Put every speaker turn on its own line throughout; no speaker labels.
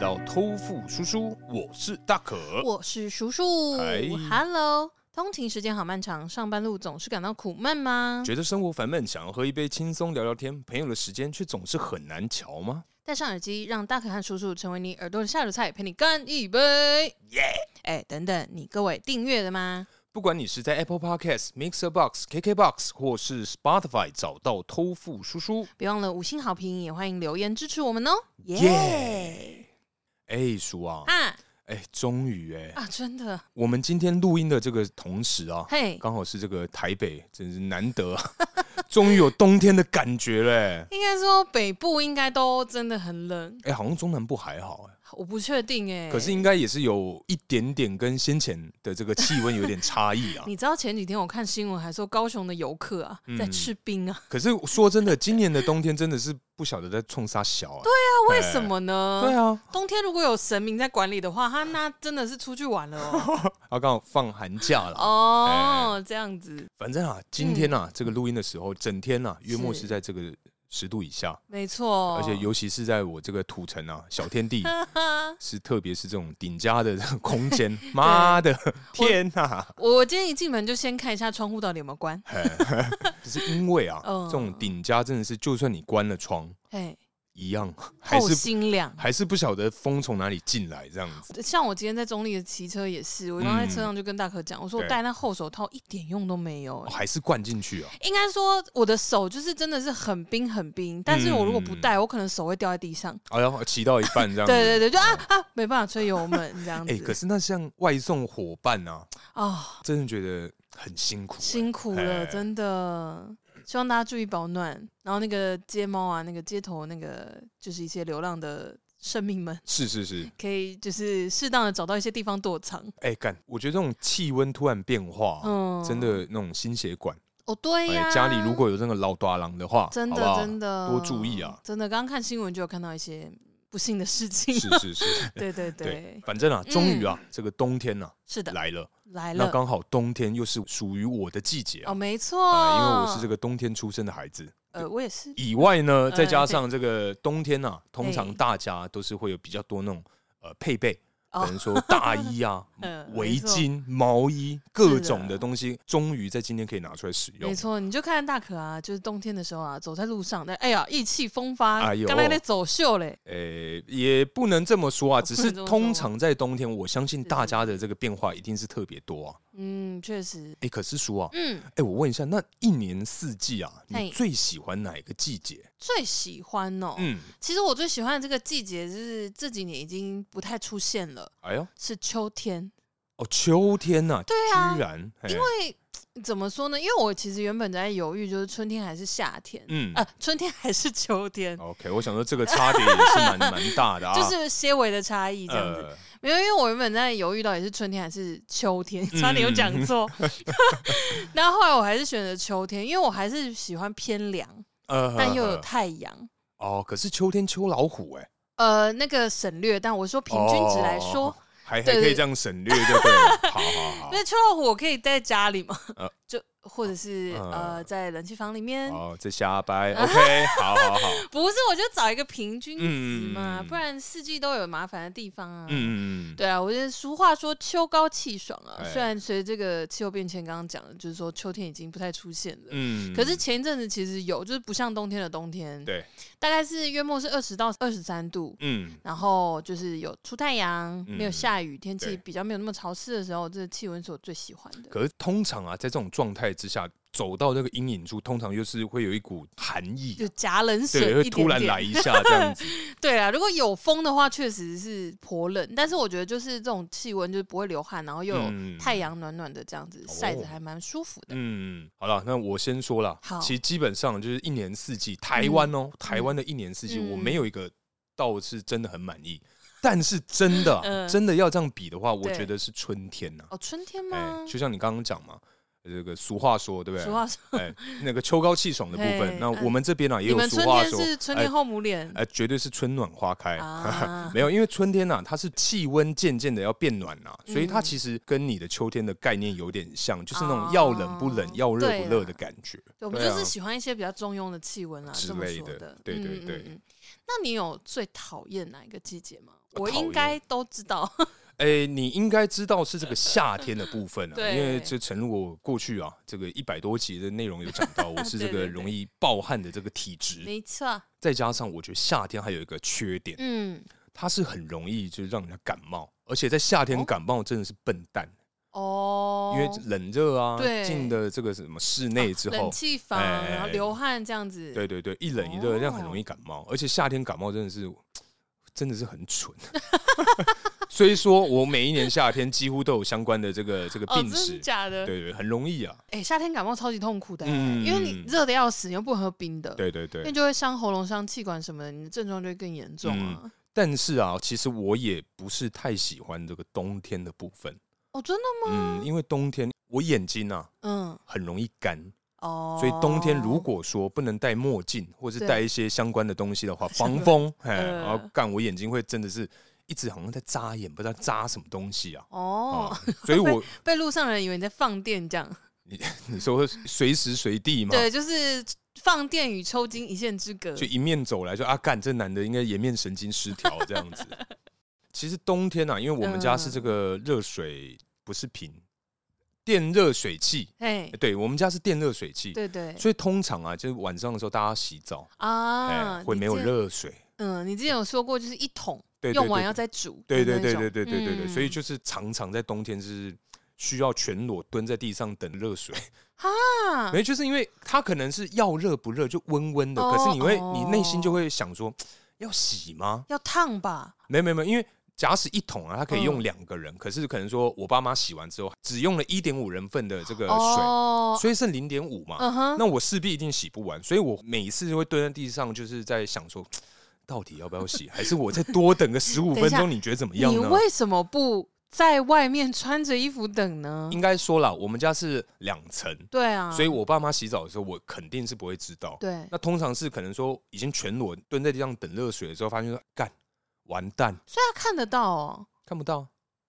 到偷富叔叔，我是大可。
我是叔叔
呃嗨
，Hello。通勤时间好漫长，上班路总是感到苦闷吗？
觉得生活烦闷，想要喝一杯轻松聊聊天，朋友的时间却总是很难瞧吗？
戴上耳机，让大可和叔叔成为你耳朵的下酒菜，陪你干一杯。耶！哎，等等，你各位订阅了吗？
不管你是在 Apple Podcast、Mixer Box、KK Box 或是 Spotify 找到偷富叔叔，
别忘了五星好评，也欢迎留言支持我们哦。耶、
耶哎、叔啊，
啊
哎、终于哎、
啊，真的，
我们今天录音的这个同时啊，
嘿，
刚好是这个台北，真是难得、啊，终于有冬天的感觉嘞、
应该说北部应该都真的很冷，
哎、好像中南部还好、哎。
我不确定哎、
可是应该也是有一点点跟先前的这个气温有点差异
。
啊
你知道前几天我看新闻还说高雄的游客啊、在
嗯
吃冰啊，
可是说真的，今年的冬天真的是不晓得在冲啥小、啊。对
那为什么呢？
对啊，
冬天如果有神明在管理的话，他那真的是出去玩 了哦。
啊刚好放寒假了。
哦，这样子，
反正啊，今天啊，这个录音的时候，整天啊，约莫是在这个十度以下，
没错。
而且尤其是在我这个土城啊，小天 地是特别是这种顶家的这个空间，妈的天呐、
我今天一进门就先看一下窗户到底有没有关。
就是因为啊，
嗯
这种顶家真的是，就算你关了窗，
哎，
一样还
透
是
心凉。
还是不晓得风从哪里进来这样子。
像我今天在中立的骑车也是，我刚在车上就跟大可讲，我说我
嗯对
戴那厚手套一点用都没有、
哦
哎
还是灌进去哦，
应该说我的手就是真的是很冰很冰，但是我如果不
嗯
戴，我可能手会掉在地上。
哎呀，骑到一半这样子。
对对对，就啊啊，没办法吹油门这样子。
哎、可是那像外送伙伴啊，
啊，
真的觉得很辛苦、
辛苦了，
哎
真的。希望大家注意保暖，然后那个街猫啊，那个街头那个就是一些流浪的生命们，
是是是，
可以就是适当的找到一些地方躲藏。
哎、干，我觉得这种气温突然变化、
嗯
真的那种心血管，
哦，对
哎、
呀、
家里如果有那个老大郎的话，
真的
好不好
真的。
多注意啊
真的，刚刚看新闻就有看到一些不幸的事情。
是是 是，
对对对，
对，反正啊，终于啊，这个冬天呢、
是
啊、
的，
来了，
来
那
了。
刚好冬天又是属于我的季节
哦，
啊。
没错、
啊因为我是这个冬天出生的孩子，
呃，我也是。
以外呢，
嗯
再加上这个冬天啊，通常
哎
大家都是会有比较多那种呃配备，
哦
可能说大衣啊
嗯、
围
没错
巾、毛衣各
是的
种的东西，终于在今天可以拿出来使用
没。错，你就看大可啊，就是冬天的时候啊，走在路上，但哎呀，意气风发，
哎呦
刚才在走秀嘞，
诶、也不能这么说啊，只
哦
是
不能这么说
通常在冬天，我相信
是
大家的这个变化一定是特别多啊。
嗯，确实，
诶、可是叔啊，
嗯，
诶、我问一下，那一年四季啊，你
嘿
最喜欢哪一个季节？
最喜欢哦。
嗯，
其实我最喜欢的这个季节是这几年已经不太出现了，
哎呦，
是秋天。
哦，秋天呐、
对啊
居然，因
因为怎么说呢？因为我其实原本在犹豫，就是春天还是夏天，
嗯
啊，春天还是秋天，
OK，我想说这个差别也是 蛮蛮大的啊，
就是些微的差异这样子。
呃，
没有，因为我原本在犹豫到底是春天还是秋天，
嗯
差点有讲错。 那、后来我还是选择秋天，因为我还是喜欢偏 凉，
呃
但又有太阳。
哦，可是秋天秋老虎哎、
呃，那个省略，但我说平均值来说，
哦还还
对
可以这样省 略，对不对？好好好
那秋老虎我可以在家里吗？
呃哦
就或者是
呃
呃，在冷气房里面，，
好，这瞎掰，OK，好 好好，
不是，我就找一个平均值嘛，
嗯
不然四季都有麻烦的地方啊。
嗯嗯嗯，
对啊，我觉得俗话说秋高气爽啊。
哎
虽然随着这个气候变迁，刚刚讲的就是说秋天已经不太出现了，
嗯
可是前一阵子其实有，就是不像冬天的冬天，
对，
大概是月末是二十到二十三度，
嗯，
然后就是有出太阳，
嗯
没有下雨，天气
对
比较没有那么潮湿的时候，这个气温是我最喜欢的。
可是通常啊，在这种状态之下，走到这个阴影处，通常又是会有一股寒意啊
就。夹冷水
对，
一
会
点点，
突然来一下这样子，
对啊，如果有风的话，确实是颇冷，但是我觉得就是这种气温，就是不会流汗，然 后又
嗯
有太阳暖暖的这样子，
哦
晒着还蛮舒服的。
嗯，好了，那我先说了
好，
其实基本上就是一年四季，台湾哦，台湾的一年四季，
嗯
我没有一个倒是真的很满意，但是真的啊、
嗯
真的要这样比的话，我
对
觉得是春天呐、
哦，春天
哎、
吗？
就像你刚刚讲嘛，这个俗话说，对不对？
俗话说，
哎，那个秋高气爽的部
嘿
分，那
嗯
我们这边呢、啊也
你
有
们
俗
春
话
天
说，
是春天后母脸
哎，绝对是春暖花开。
啊
没有，因为春天呐、它是气温渐渐的要变暖呐、
嗯
所以它其实跟你的秋天的概念有点像，就是那
哦
种要冷不冷、要热
对啊
不热
啦
的感觉。
对我们
对
就
啊
是喜欢一些比较中庸的气温啦，
之
这么
类
说
的
的。
对对对
嗯。那你有最讨厌哪一个季节吗？
呃
我
讨
应
厌
该都知道。
哎、你应该知道是这个夏天的部分啊，
对
因为这诚如我过去啊，这个一百多集的内容有讲到，我是这
对对
个
对
容易暴汗的这个体质，
没错，啊
再加上我觉得夏天还有一个缺点，
嗯，
它是很容易就让人家感冒，而且在夏天
哦
感冒真的是笨蛋，
哦，
因为冷热啊
对，啊
进的这个什么室内之后
冷，气房，
哎哎哎
然后流汗这样子，
对对对，一冷一
哦
热，这样很容易感冒，而且夏天感冒真的是真的是很蠢。 所以说我每一年夏天几乎都有相关的这个这个
哦，
病
真
史
的，假的？
对对，很容易啊。
哎、夏天感冒超级痛苦的、欸
嗯
因为你热的要死，你又不能喝冰的，
对对
呃因
对，
为就会伤喉咙、伤气管什么的，你的症状就会更严重啊。
但是啊，其实我也不是太喜欢这个冬天的部分，
哦，真的吗？
嗯，因为冬天我眼睛啊
嗯，
很容易干，
哦，
所以冬天如果说不能戴墨镜或是
对
戴一些相关的东西 的话，防风，哎，
呃
然后干我眼睛会真的是一直好像在扎眼，不知道扎什么东西啊，
哦
啊，所以 我
被路上人以为你在放电这样，
你说会随时随地嘛。
对，就是放电与抽筋一线之隔
就。迎面走来，就啊，干这男的应该颜面神经失调这样 子。其实冬天啊，因为我们家是这个热水不是瓶，电热水器，
哎，
对我们家是电热水器，
对对
所以通常啊，就是晚上的时候大家洗澡，
啊，
哎，会
你
没有
之。
热水，
嗯，你之前有说过，就是一桶
对，对
用完要
对
再煮的
对
那
对
种。
对对对对对对，所以
嗯
就是常常在冬天是。需要全裸蹲在地上等热水，
啊
没就是因为它可能是要热不热就温温的，
哦
可是你会你内心就
哦
会想说，要洗吗？
要烫吧？
没有没有没有，因为假使一桶啊，它可以
嗯
用两个人，可是可能说我爸妈洗完之后只用了一点五人份的这呃个水，
哦，
所以剩零点五嘛，
嗯哼，
那我势必一定洗不完，所以我每次就会蹲在地上，就是在想说，到底要不要洗，还是我再多等个十五
等一
分
下
钟？你觉得怎么样
你
呢？
为什么不在外面穿着衣服等呢？
应该说啦，我们家是两层，
对啊，
所以我爸妈洗澡的时候，我肯定是不会知道。
对
那，通常是可能说已经全裸蹲在地上等热水的时候，发现说干完蛋
所以他看得到哦。
看不到，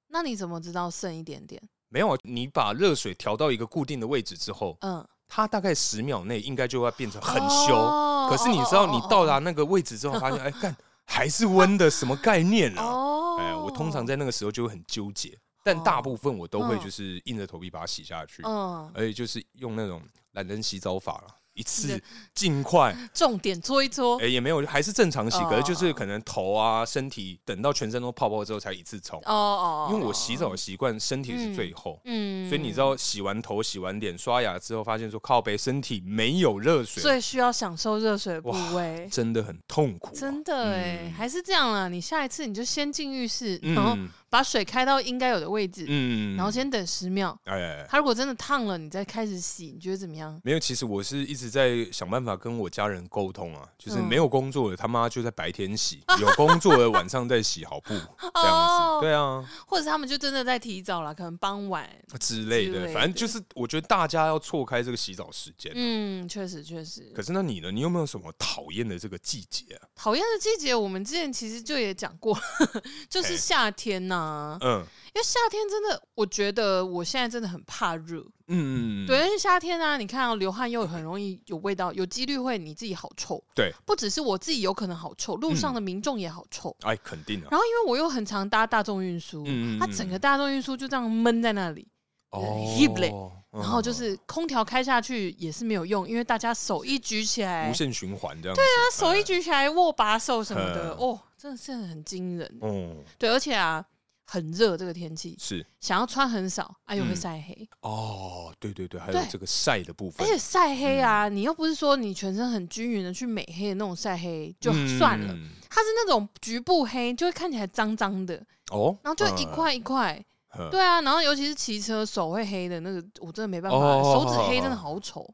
那你怎么知道剩一点点？
没有，你把热水调到一个固定的位置之后，
嗯，
它大概十秒内应该就要变成很羞。
哦
可是你知道，你到达那个位置之后，发现哎，干还是温的，什么概念啊？
哦，
哎，我通常在那个时候就会很纠结，但大部分我都会
嗯
就是硬着头皮把它洗下去，
嗯，
而且就是用那种懒人洗澡法了。一次
对
尽快，
重点搓一搓
哎、。也没有，还是正常洗，
哦
可是就是可能头啊、身体等到全身都泡泡之后才一次冲，
哦哦，
因为我洗澡的习惯，身体是最后，
嗯，嗯
所以你知道洗完头、洗完脸、刷牙之后，发现说靠背身体没有热水，
最需要享受热水的部
哇
位。
真的很痛苦、啊。
真的哎、
嗯
还是这样啦。你下一次你就先进浴室，然后
嗯
把水开到应该有的位置，
嗯
然后先等十秒。
哎哎哎
它如果真的烫了，你再开始洗，你觉得怎么样？
没有，其实我是一直在想办法跟我家人沟通啊，就是
嗯
没有工作的他妈就在白天洗，有工作的晚上再洗， 好不？这样
哦
子，对啊
或者他们就真的在提早了，可能傍晚。
之类
之类
的，
的
反正就是我觉得大家要错开这个洗澡时间。
嗯，确实确实。
可是那你呢？你有没有什么讨厌的这个季节啊？
讨厌的季节，我们之前其实就也讲过， 就是
嘿
夏天呐、
嗯
因为夏天真的，我觉得我现在真的很怕热。
嗯，嗯嗯
对，因为夏天啊，你看、啊、流汗又很容易有味道，有几率会你自己好臭。
对，
不只是我自己有可能好臭，路上
嗯
的民众也好臭。
哎，肯定啊。
然后因为我又很常搭大众运输，
嗯嗯嗯
它整个大众运输就这样闷在那里，heat 嘞
哦，
然后就
嗯
是空调开下去也是没有用，因为大家手一举起来
无，限循环这样。对啊
他手一举起来握把手什么的，
嗯
哦，真的是很惊人。
哦，
对，而且啊，很热这个天气，
是
想要穿很少，哎、啊、又会
嗯
晒黑，
哦，对对对，还有
对
这个晒的部
而
分，
且晒黑啊，
嗯
你又不是说你全身很均匀的去美黑的那种晒黑就
嗯
算了，它是那种局部黑，就会看起来脏脏的，
哦，
然后就一块一块。
嗯，
对啊，然后尤其是骑车手会黑的那个，我真的没办法，
哦
手指黑真的好丑。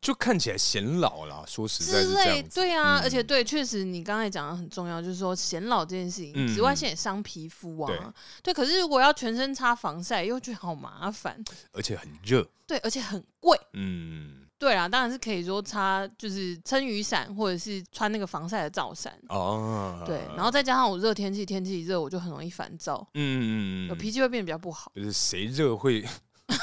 就看起来显老啦。说实在
之
是这
类，
样子，
对啊，
嗯
而且对，确实你刚才讲的很重要，就是说显老这件事情，
嗯
紫外线也伤皮肤啊。对，可是如果要全身擦防晒，又觉得好麻烦。
而且很热，
对，而且很贵。
嗯，
对啊啦，当然是可以说擦，就是撑雨伞，或者是穿那个防晒的罩衫。
哦，
对，然后再加上我热天气，天气一热我就很容易烦躁，
嗯，嗯嗯
我
嗯，
脾气会变得比较不好。
就是谁热会，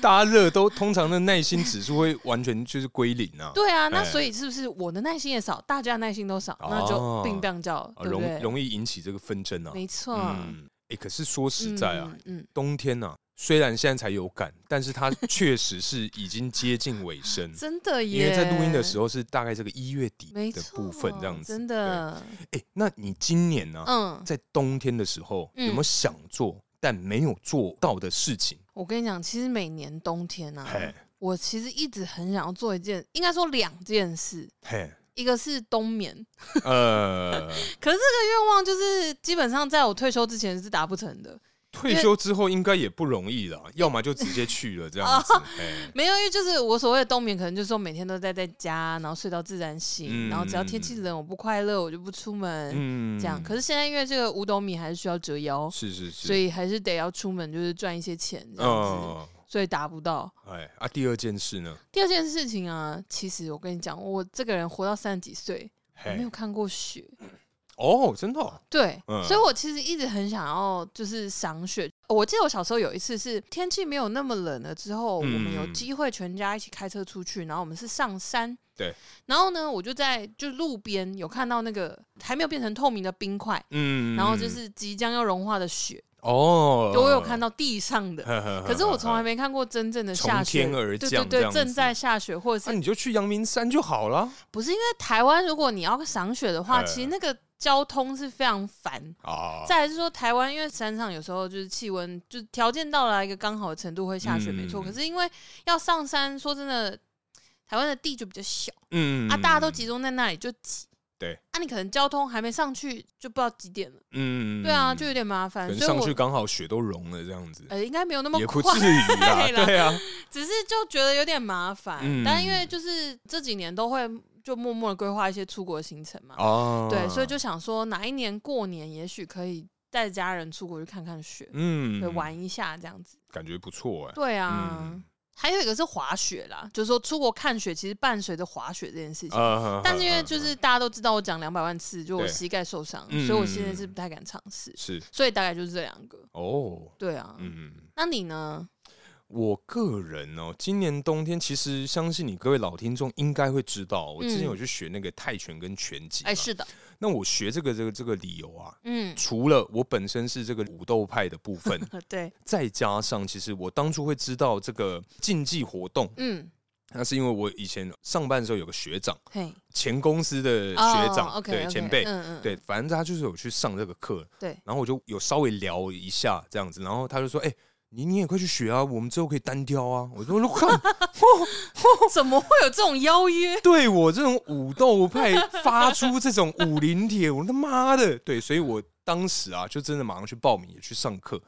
大家热都通常的耐心指数会完全就是归零啊，
对啊，那
哎
所以是不是我的耐心也少，大家的耐心都少，
哦
那就病病叫，
啊
对不
容
对？
容易引起这个纷争啊，
没错，
嗯，哎，可是说实在啊，
嗯，嗯，
冬天啊，虽然现在才有感，但是 它确实是已经接近尾声。
真的耶。
嗯因为在录音的时
候，
候是大概这个一月底
没
的
错，
部分这样子。啊
真的，
哎、那你今年呢、
嗯，
在冬天的时候
嗯
有没有想做但没有做到的事情？
我跟你讲，其实每年冬天啊
嘿，
我其实一直很想要做一件，应该说两件事，
嘿，
一个是冬眠，
呃，
可是这个愿望就是基本上在我退休之前是达不成的。
退休之后应该也不容易 了，要么就直接去了这样
哦
子。哎
没有，因为就是我所谓的冬眠，可能就是说每天都待在家，然后睡到自然醒，
嗯
然后只要天气冷，我不快乐，我就不出门，
嗯
这样。可是现在因为这个五斗米还是需要折腰，
是是是，
所以还是得要出门，就是赚一些钱这样子，
哦，
所以达不到。
哎啊，第二件事呢？
第二件事情啊，其实我跟你讲，我这个人活到三十几岁，我没
嘿
有，看过雪，
哦，真的哦、
对，
嗯
所以我其实一直很想要就是赏雪。我记得我小时候有一次是天气没有那么冷了之后，
嗯
我们有机会全家一起开车出去，然后我们是上山。
对。
然后呢，我就在就路边有看到那个还没有变成透明的冰块，
嗯，
然后就是即将要融化的雪，
哦，嗯
就我有看到地上的。
呵呵呵，
可是我从来没看过真正的下雪，
从天而降
对
这
对对，
样子
正在下雪，或者
那、
是、
啊你就去阳明山就好了
不是因为台湾，如果你要赏雪的话，
呃
其实那个交通是非常烦，
啊。
再来是说，台湾因为山上有时候就是气温，就是条件到达一个刚好的程度会下雪，
嗯
没错。可是因为要上山，说真的，台湾的地就比较小、
嗯
啊，大家都集中在那里就挤。
对，
啊，你可能交通还没上去就不知道几点了。
嗯
对啊，就有点麻烦
可，能
所以
上去
我
刚好雪都融了这样子，
呃应该没有那么
也不
快
至，于 啦，
啦
对啊，
只是就觉得有点麻烦。
嗯
但因为就是这几年都会就默默的规划一些出国行程嘛，
哦，
对，所以就想说哪一年过年也许可以带家人出国去看看雪，
嗯
对，，玩一下这样子。
感觉不错哎、
对啊，
嗯
还有一个是滑雪啦，就是说出国看雪，其实伴随着滑雪这件事情。
呃
但是因为就是大家都知道我讲两百万次，就我
对
膝盖受伤，
嗯
所以我现在是不太敢尝试，
是
所以大概就是这两个。
哦，
对啊，
嗯。
那你呢？
我个人哦，今年冬天其实相信你各位老听众应该会知道，我之前
嗯
有去学那个泰拳跟拳击嘛。
哎，是的，
那我学这个这个这个理由啊，
嗯，呃
除了我本身是这个武斗派的部分，
对，
再加上，其实我当初会知道这个竞技活动，
嗯，
那是因为我以前上班的时候有个学长，
嘿，
前公司的
哦
学长，
，OK，
对
OK，
前辈，
嗯嗯，
对，反正他就是有去上这个课，
对，
然后我就有稍微聊一下这样子，然后他就说，哎、你你也快去学啊，我们之后可以单挑啊！我说，看，
怎么会有这种邀约？
对我这种武斗派发出这种武林帖，我他妈 的，对，所以我当时啊，就真的马上去报名，也去上课。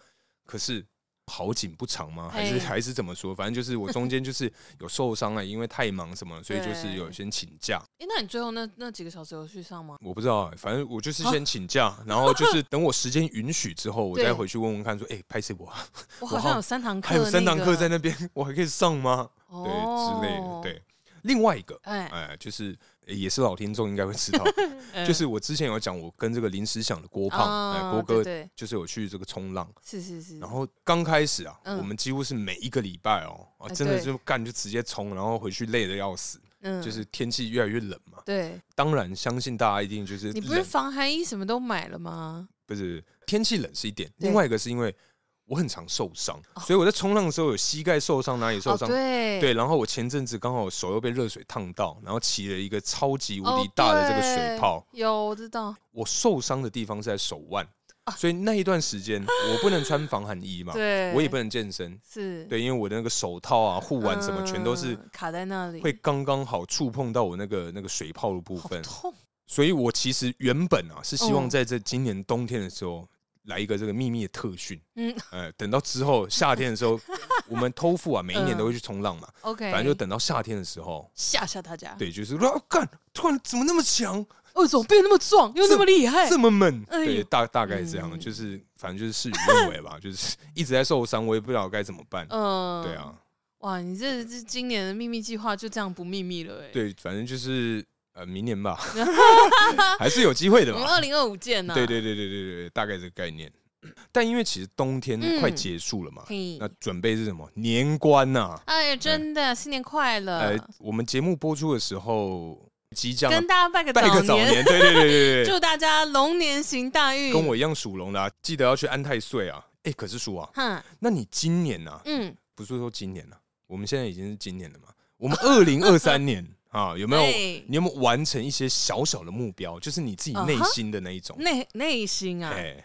可是好景不长吗？还是
哎
还是怎么说？反正就是我中间就是有受伤了，因为太忙什 么，所以就是
对
有先请假。
哎，那你最后那那几个小时有去上吗？
我不知道、欸，反正我就是先请假，然后就是等我时间允许之后，我
啊对哦
再回去问问看，说，哎、拍谁我
我好
我
像
好
有三堂课，
还有三堂课在，那边， 我还可以上吗？对，
哦
之类的。，对，另外一个，
哎，
哎、就是、欸也是老听众应该会知道，
嗯
就是我之前有讲，我跟这个临时想的郭胖，哎、
啊
郭哥
对对，
就是有去这个冲浪，
是是是，
然后刚开始啊，
嗯
我们几乎是每一个礼拜哦、啊，
哎
真的
对
就干就直接冲，然后回去累的要死，
嗯
就是天气越来越冷嘛。
对，
当然，相信大家一定就是
你不是
冷
防寒衣什么都买了吗？
不是天气冷是一点，
对
另外一个是因为我很常受伤，
哦
所以我在冲浪的时候有膝盖受伤，哪里受
哦，
伤？
对
对，然后我前阵子刚好手又被热水烫到，然后起了一个超级无
哦
敌大的这个水
对
泡，
有我知道，
我受伤的地方是在手腕，所以那一段时间我不能穿防寒衣嘛，
啊 对，
我也不能健身，
是，
对，因为我的那个手套啊、护
嗯，
腕什么全都是
卡在那里，
会刚刚好触碰到我那个那个水泡的部
好
分，
痛，
所以我其实原本啊是希望
嗯
在这今年冬天的时候来一个这个秘密的特训，
嗯
呃，等到之后夏天的时 候，我们偷富啊，每一年都会去冲浪嘛，
，OK，
反正就等到夏天的时候，
吓吓大家。
对，就是说啊干，突然怎么那么强，
哦，怎么变那么壮，又那么厉害？
这么猛，
哎呦
对，大大概是这样，
嗯
就是反正就是事与愿违 吧，就是一直在受伤，我也不知道该怎么办，
嗯，
对啊，，
哇，你这这今年的秘密计划就这样不秘密了哎。，
对，反正就是呃，明年 吧，还是有机会的
我们
嘛，
二零二五见
啊
啊呐。
对对对对对对，大概这个概念。但因为其实冬天
嗯
快结束了嘛，
嘿
那，准备是什么？年关呐、
哎，真的，新年快乐
呃！，我们节目播出的时候，即将
嗯跟大家拜个
拜个早
年，
年，对对对 对对
祝大家龙年行大运。
对，跟我一样属龙的、啊，记得要去安太岁啊。哎、可是叔啊，
哼，
那你今年啊，
嗯，
不是说今年啊，我们现在已经是今年了嘛，我们二零二 三年啊，有没有
哎？
你有没有完成一些小小的目标？就是你自己内
嗯哼
心的那一种？
内内心啊，
哎、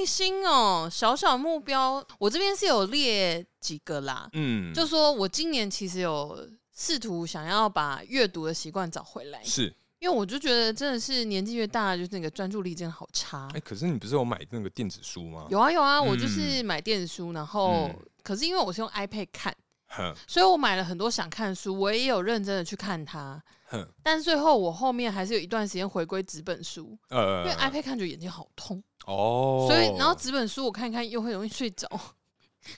内心哦，小小目标，我这边是有列几个啦，
嗯，
就说我今年其实有试图想要把阅读的习惯找回来，
是
因为我就觉得真的是年纪越大，就是那个专注力真的好差
哎、。可是你不是有买那个电子书吗？
有啊有啊，
嗯
我就是买电子书，然后、
嗯
可是因为我是用 iPad 看，
哼
所以我买了很多想看的书，我也有认真的去看它，
哼，
但最后我后面还是有一段时间回归纸本书，因
呃
为 iPad 看着眼睛好痛，
哦，
所以然后纸本书我看一看又会容易 睡着，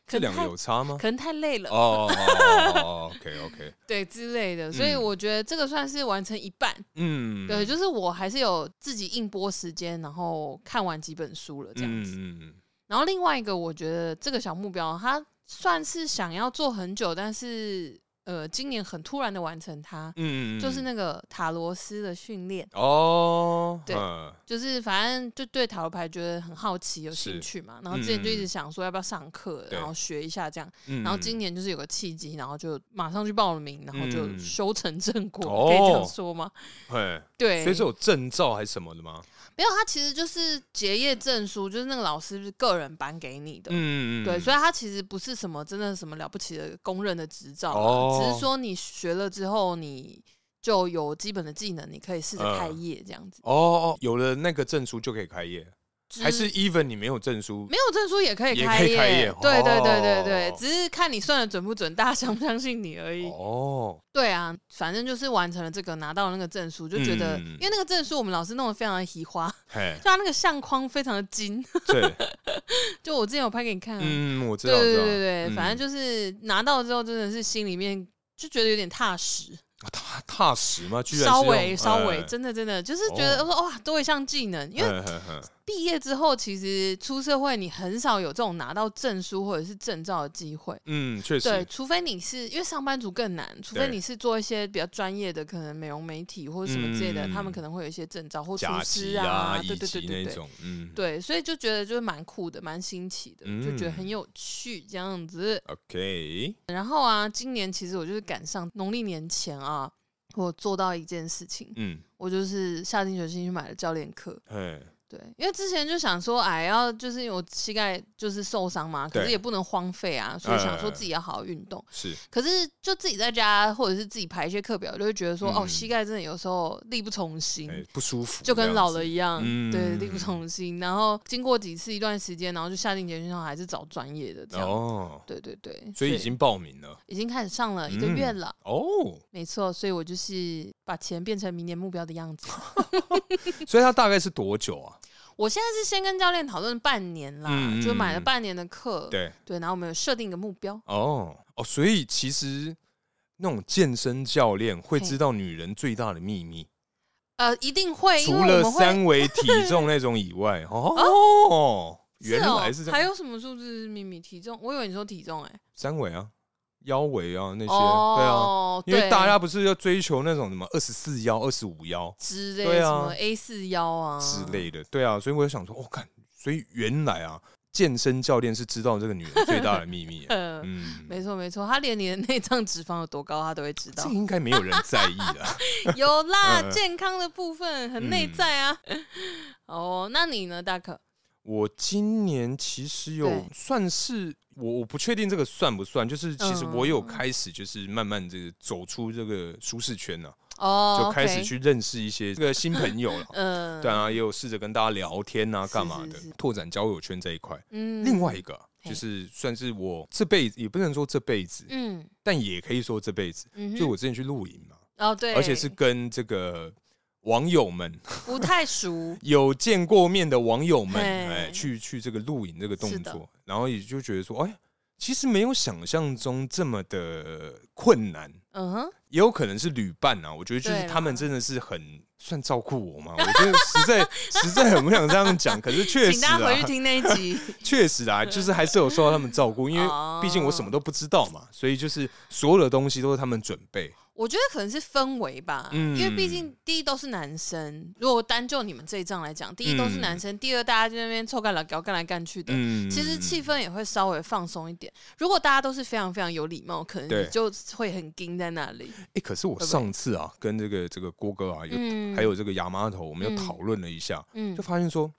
这
可能
两个
太
有差吗
可？能太累了，
哦哦，OK OK，
对之类的，所以
嗯
我觉得这个算是完成一半。
嗯，
对，就是我还是有自己硬拨时间，然后看完几本书了这样子。
嗯嗯
然后另外一个，我觉得这个小目标，它算是想要做很久，但是呃，今年很突然的完成它，
嗯，
就是那个塔罗斯的训练，
哦，
对
嗯
就是反正就对塔罗牌觉得很好奇、有兴
是嗯
趣嘛。然后之前就一直想说要不要上课，
对
然后学一下这样。
嗯
然后今年就是有个契机，然后就马上去报了名，然后就
嗯
修成正果，
哦
可以这样说吗？
嘿，
对，
所以是有证照还是什么的吗？
没有，它其实就是结业证书，就是那个老师个人颁给你的。
嗯
对，所
以
以它其实不是什么真的什么了不起的公认的执照啊、
哦
只是说你学了之后，你就有基本的技能，你可以试着开业这样子。
哦哦，有了那个证书就可以开业，
只
还是 even 你没有证书？
没有证书也可以
也
开
可以开业
对对
哦
对对对，只是看你算的准不准，大家相不相信你而已。
哦，
对啊，反正就是完成了这个，拿到了那个证书，就觉得、
嗯
因为那个证书我们老师弄得非常的奇花，
嘿
就，它那个相框非常的金，
对，
就我之前有拍给你看、啊，
嗯，我知
对
道，
对
知道
对对，
嗯
反正就是拿到之后，真的是心里面就觉得有点踏实，
啊踏踏实嘛，居然是
稍微
用
稍微，
哎
真的真的就是觉得
哦嗯
说哇，多一项技能，因为
嘿嘿嘿
毕业之后，其实出社会你很少有这种拿到证书或者是证照的机会。
嗯，确
对，
实，
除非你是因为上班族更难，除非
对
你是做一些比较专业的，可能美容美体或者什么之类的，
嗯
他们可能会有一些证照或厨
甲
师
级啊，
对
乙
对对
级那
对
一
对，
种，嗯，
对，所以就觉得就是蛮酷的，蛮新奇的，就觉得
嗯
很有趣这样子。
，OK，
然后啊，今年其实我就是赶上农历年前啊，我做到一件事情，
嗯，
我就是下定决心去买了教练课。
嘿，
对，因为之前就想说，哎，要就是因为我膝盖就是受伤嘛，可是
对
也不能荒废啊，所以想说
嗯
自己要好好运动。
是，
可是就自己在家或者是自己排一些课表，就会觉得说，哦，
嗯
膝盖真的有时候力不从心。
哎，不舒服，
就
这
跟
样
老
子
了一样，
嗯
对，力不从心。然后经过几次一段时间，然后就下定决心，然后还是找专业的这样。
哦，
对对对，
所以已经报名了
已经开始上了一个月
嗯
了，
哦，
没错，所以我就是把钱变成明年目标的 样子。
所以他大概是多久啊？
我现在是先跟教练讨论半年啦，
嗯嗯
就买了
嗯
半年的课，
对，
然后我们有设定一个目标，
哦哦，所以其实那种健身教练会
嘿
知道女人最大的秘密，
呃，一定会，因
除
为我
了
们会
三围 体重那种以外，哦，原来是
是
这
哦，还
样，
有什么数字秘密？体重？我以为你说体重、哎，
三围啊、腰围啊那些，对啊。
哦，
因为
对
大家不是要追求那种什么二十四腰、二十五腰
之类
对
什
啊
么 A 四幺啊，
之，类的，对啊，所以我就想说，哦，看，所以原来啊，健身教练是知道这个女人最大的秘密
呃，
嗯，
没错没错，他连你的内脏脂肪有多高，他都会知道
这。应该没有人在意啊。
有啦，
嗯
健康的部分很内在啊。哦，那你呢，大可？
我今年其实有
对
算是我我不确定这个算不算，就是其实我有
嗯
开始就是慢慢这个走出这个舒适圈呢、
哦，
就开始
OK。
去认识一些这个新朋友了
嗯，
对啊，也有试着跟大家聊天啊，
是
干嘛的
是是，
拓展交友圈这一块。
嗯，
另外一个啊
嘿
就是算是我这辈子，也不能说这辈子，
嗯
但也可以说这辈子，
嗯哼，
就我之前去露营嘛，
哦对，
而且是跟这个网友们，
不太熟
有见过面的网友们，
嘿
哎，去去这个露营这个动
是的
作，然后也就觉得说，哎，其实没有想象中这么的困难。
嗯哼，
也有可能是旅伴啊，我觉得就是
对啦
他们真的是很算照顾我嘛，我觉得实 在实在很不想这样讲，可是 确
请
实
大家回
啊
去，听那一集，
确实啊，就是还是有受到他们照顾，因为
哦
毕竟我什么都不知道嘛，所以就是所有的东西都是他们准备。
我觉得可能是氛围吧，
嗯
因为毕竟第一都是男生，如果单就你们这一仗来讲，第一都是男生，第二大家在那边凑干了搞干来干去的。
嗯，
其实气氛也会稍微放松一点。如果大家都是非常非常有礼貌，可能
对
你就会很盯在那里。
哎、可是我上次啊，跟这个这个郭哥啊，有、
嗯
还有这个亚麻头，我们又
嗯
讨论了一下，
嗯
就发现说，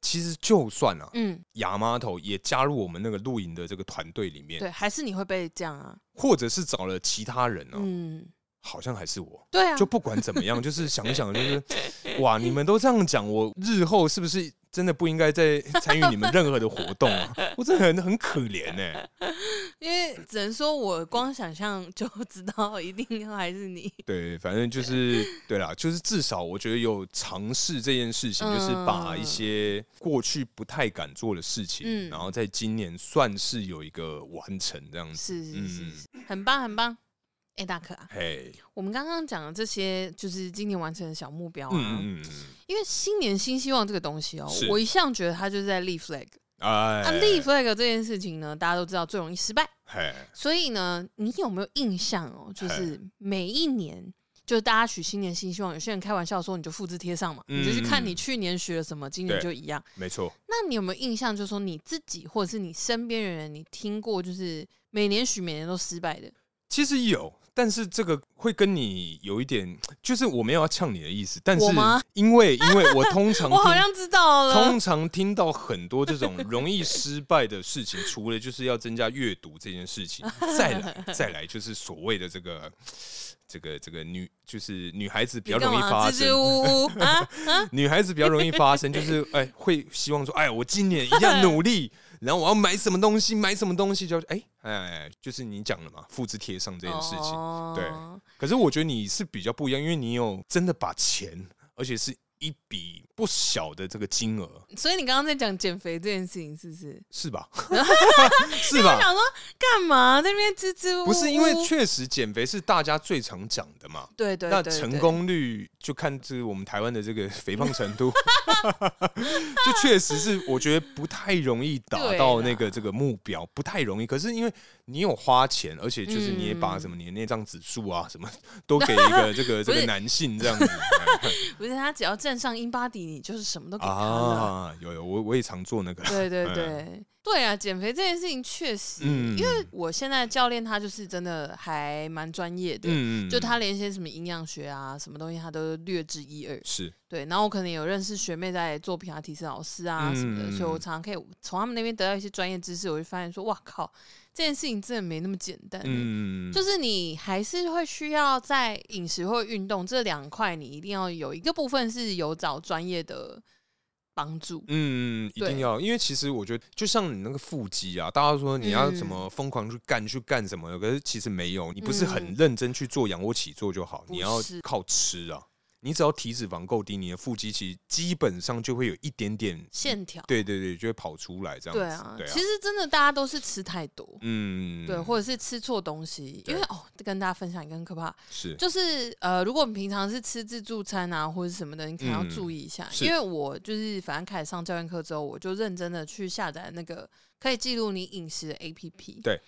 其实就算啊，
嗯，
亚麻头也加入我们那个露营的这个团队里面，
对，还是你会被这样啊？
或者是找了其他人啊，
嗯，
好像还是我。
对啊
就，不管怎么样，就是想一想，就是 哇，你们都这样讲，我日后是不是真的不应该再参与你们任何的活动 啊？我真的很很可怜哎、
因为只能说我光想象就 知道，一定还是你。
对，反正就是对啦，就是至少我觉得有尝试这件事情，就是把一些过去不太敢做的事情，
嗯
然后在今年算是有一个完成这样子。
是是是
嗯
是，很棒很棒。哎、大可啊，
嘿，
我们刚刚讲的这些，就是今年完成的小目标啊。
嗯嗯嗯嗯，
因为新年新希望这个东西哦
是，
我一向觉得它就是在立 flag。
哎
啊，立 flag 这件事情呢，大家都知道最容易失败。
嘿，
所以呢，你有没有印象哦？
哎
就是每一年，就是大家许新年新希望，有些人开玩笑说你就复制贴上嘛，
嗯
你就去看你去年许了什么，今年
对
就一样。
没错，
那你有没有印象？就是说你自己或者是你身边的人，你听过就是每年许每年都失败的？
其实有，但是这个会跟你有一点，就是我没有要呛你的意思，但是
我吗
因为因为我通常
我好
听
像知道了
通。常听到很多这种容易失败的事情，除了就是要增加阅读这件事情，再 来再来就是所谓的这个这个这个女就是女孩子比较
你干
容易
嘛
发
支支
生。
吾吾啊？
女孩子比较容易发生，就是哎，会希望说，哎，我今年一定要努力，然后我要买什么东西，买什么东西，就哎哎哎，就是你讲的嘛，复制贴上这件事情。
哦
对可是我觉得你是比较不一样，因为你有真的把钱，而且是一笔不小的这个金额，
所以你刚刚在讲减肥这件事情，是不是？
是吧？是吧？
想说干嘛在那边支支吾吾？
不是因为确实减肥是大家最常讲的嘛。
对对对，
那
对
成功率就看这个我们台湾的这个 肥胖程度，就确实是我觉得不太容易达到那
对
个这个目标，不太容易。可是因为你有花钱，而且就是你也把什么你的内脏指数啊什么都给一 个这个这
不
个
是
男性这样 子
不是他只要站上英巴迪，你就是什么都给他了。
啊，有有我我也常做那个，
对对
嗯
对对啊，减肥这件事情确实，
嗯
因为我现在教练他就是真的还蛮专业的。
嗯
就他连一些什么营养学啊，什么东西他都略知一二。
是
对，然后我可能有认识学妹在做皮拉提斯老师啊什么的，
嗯
所以我常常可以从他们那边得到一些专业知识。我就发现说，哇靠，这件事情真的没那么简单欸、
嗯，
就是你还是会需要在饮食或运动这两块，你一定要有一个部分是有找专业的帮助。
嗯，一定
对
要，因为其实我觉得，就像你那个腹肌啊，大家说你要怎
嗯
么疯狂去干、去干什么的，可是其实没有，你不是很
嗯
认真去做仰卧起坐就好，
不
你要
是
靠吃啊。你只要体脂肪够低，你的腹肌其实基本上就会有一点点，
线条，
对对对，就会跑出来这样
对
子。
啊，其实真的大家都是吃太多，
嗯，
对，或者是吃错东西。因为
对
哦，跟大家分享一个很可怕，
是
就是呃，如果你平常是吃自助餐啊或者是什么的，你可能要
嗯
注意一下，
是
因为我就是反正开始上教练课之后，我就认真的去下载那个可以记录你饮食的 APP。
对。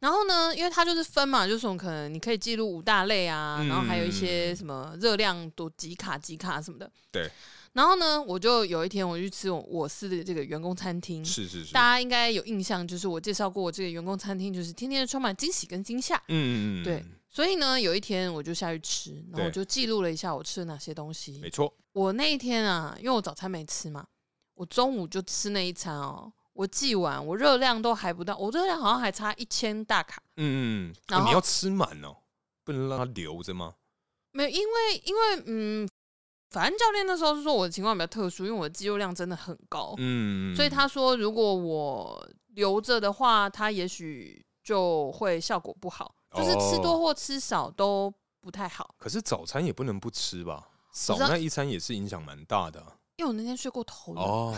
然后呢，因为它就是分嘛，就是我们可能你可以记录五大类啊，
嗯
然后还有一些什么热量多几卡几卡什么的。
对。
然后呢，我就有一天我去吃我我司的这个员工餐厅，
是是是
大，家应该有印象，就是我介绍过我这个员工餐厅，就是天天充满惊喜跟惊吓。
嗯嗯嗯，
对，所以呢，有一天我就下去吃，然后我
对
就记录了一下我吃了哪些东
没
西。
错，
我那一天啊，因为我早餐没吃嘛，我中午就吃那一餐哦。我记完，我热量都还不到，我热量好像还差一千大卡。
嗯嗯嗯，
然
哦你
后
要吃满哦，不能让它留着吗？
没有，因为因为嗯，反正教练那时候是说我的情况比较特殊，因为我的肌肉量真的很高，
嗯，
所以他说如果我留着的话，他也许就会效果不好，就是吃多
哦
或吃少都不太好。
可是早餐也不能不吃吧？少
知道
那一餐也是影响蛮大的啊、
因为我那天睡过头了，
哦，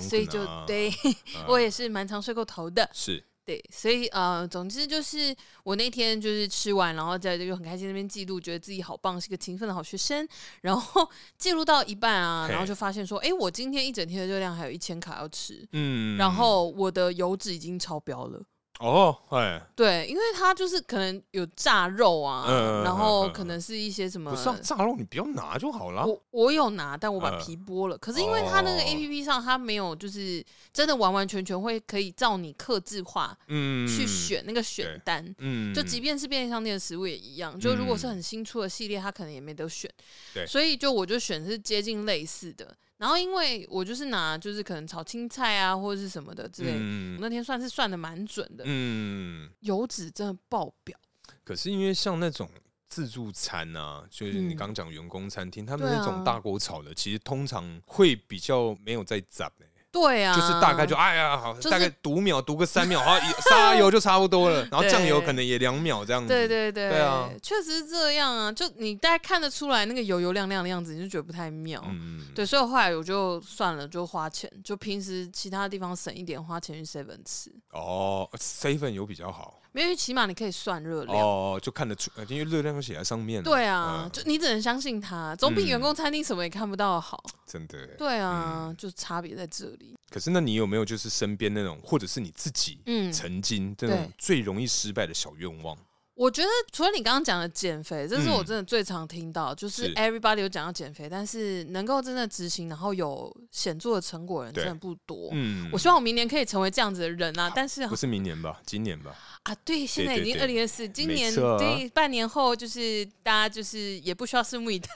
所以就
可能啊，
对
嗯
我也是蛮常睡过头的。
是
对，所以呃，总之就是我那天就是吃完，然后在就很开心那边记录，觉得自己好棒，是个勤奋的好学生。然后 记录到一半啊，
嘿
然后就发现说，哎，我今天一整天的热量还有一千卡要吃，
嗯，
然后我的油脂已经超标了。
哦，哎，
对，因为它就是可能有炸肉啊，
嗯嗯嗯
然后
嗯嗯
可能是一些什么
不。是啊，炸肉你不要拿就好啦。
我我有拿，但我把
啊嗯
皮剥了。可是因为它那个
哦
A P P 上，它没有就是真的完完全全会可以照你克制化
嗯，
去，选那个选
对
单。
嗯，
就即便是便利商店的食物也一样，就如果
嗯
是很新出的系列，它可能也没得选。
对
所以就我就选是接近类似的。然后因为我就是拿就是可能炒青菜啊或者是什么的之类的，我
嗯
那天算是算的蛮准的，
嗯，
油脂真的爆表。
可是因为像那种自助餐啊，就是你
嗯
刚讲员工餐厅，他们
对啊
那种大锅炒的，其实通常会比较没有在炸、欸
对啊，
就是大概就哎呀，好，
就是
大概读秒读个三秒，好，一沙油就差不多了，然后
对
酱油可能也两秒这样子。
对对对，
嗯对啊
确实是这样啊。就你大概看得出来那个油油亮亮的样子，你就觉得不太妙。
嗯，嗯，
哦对，所以后来我就算了，就花钱，就平时其他地方省一点，花钱去 seven 吃，
哦，seven 有比较好
因为起码你可以算热量。
哦，就看得出，呃因为热量都写在上面了。
对啊，
嗯
就你只能相信他，总比员
嗯
工餐厅什么也看不到好。
真的。
对啊，
嗯
就差别在这里。
可是那你有没有就是身边那种，或者是你自己
嗯，
曾经这种
对
最容易失败的小愿望？
我觉得除了你刚刚讲的减肥，这是我
嗯
真的最常听到，就是
是
everybody 有讲到减肥，但是能够真的执行，然后有显著的成果的人
对
真的不多。
嗯，
我希望我明年可以成为这样子的人啊，但是
不是明年 吧，今年吧。
啊，对，现在已
对
经二
对
零二四，今
没
年
错啊
对半年后就是大家就是也不需要拭目 以待，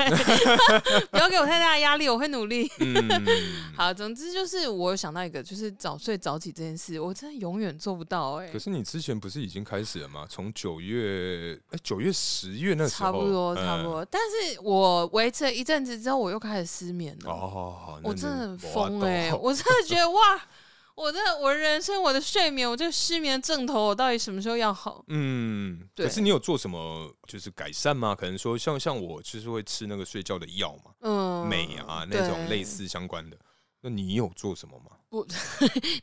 不要给我太大的压力，我会努力。
嗯，
好，总之就是我有想到一个，就是早睡早起这件事，我真的永远做不到哎、
可是你之前不是已经开始了吗？从九月，哎，九月、十月那时候，
差不多，差不
嗯。
多。但是我维持了一阵子之后，我又开始失眠了。
哦，那
我
你
真的很
没
疯
办
哎、
法
我真的觉得哇，我真的我的人生我的睡眠，我这个失眠症头，我到底什么时候要好？
嗯，
对
可是你有做什么就是改善吗？可能说像像我就是会吃那个睡觉的药嘛，
嗯，
镁、啊那种
对
类。似相关的。那你有做什么吗？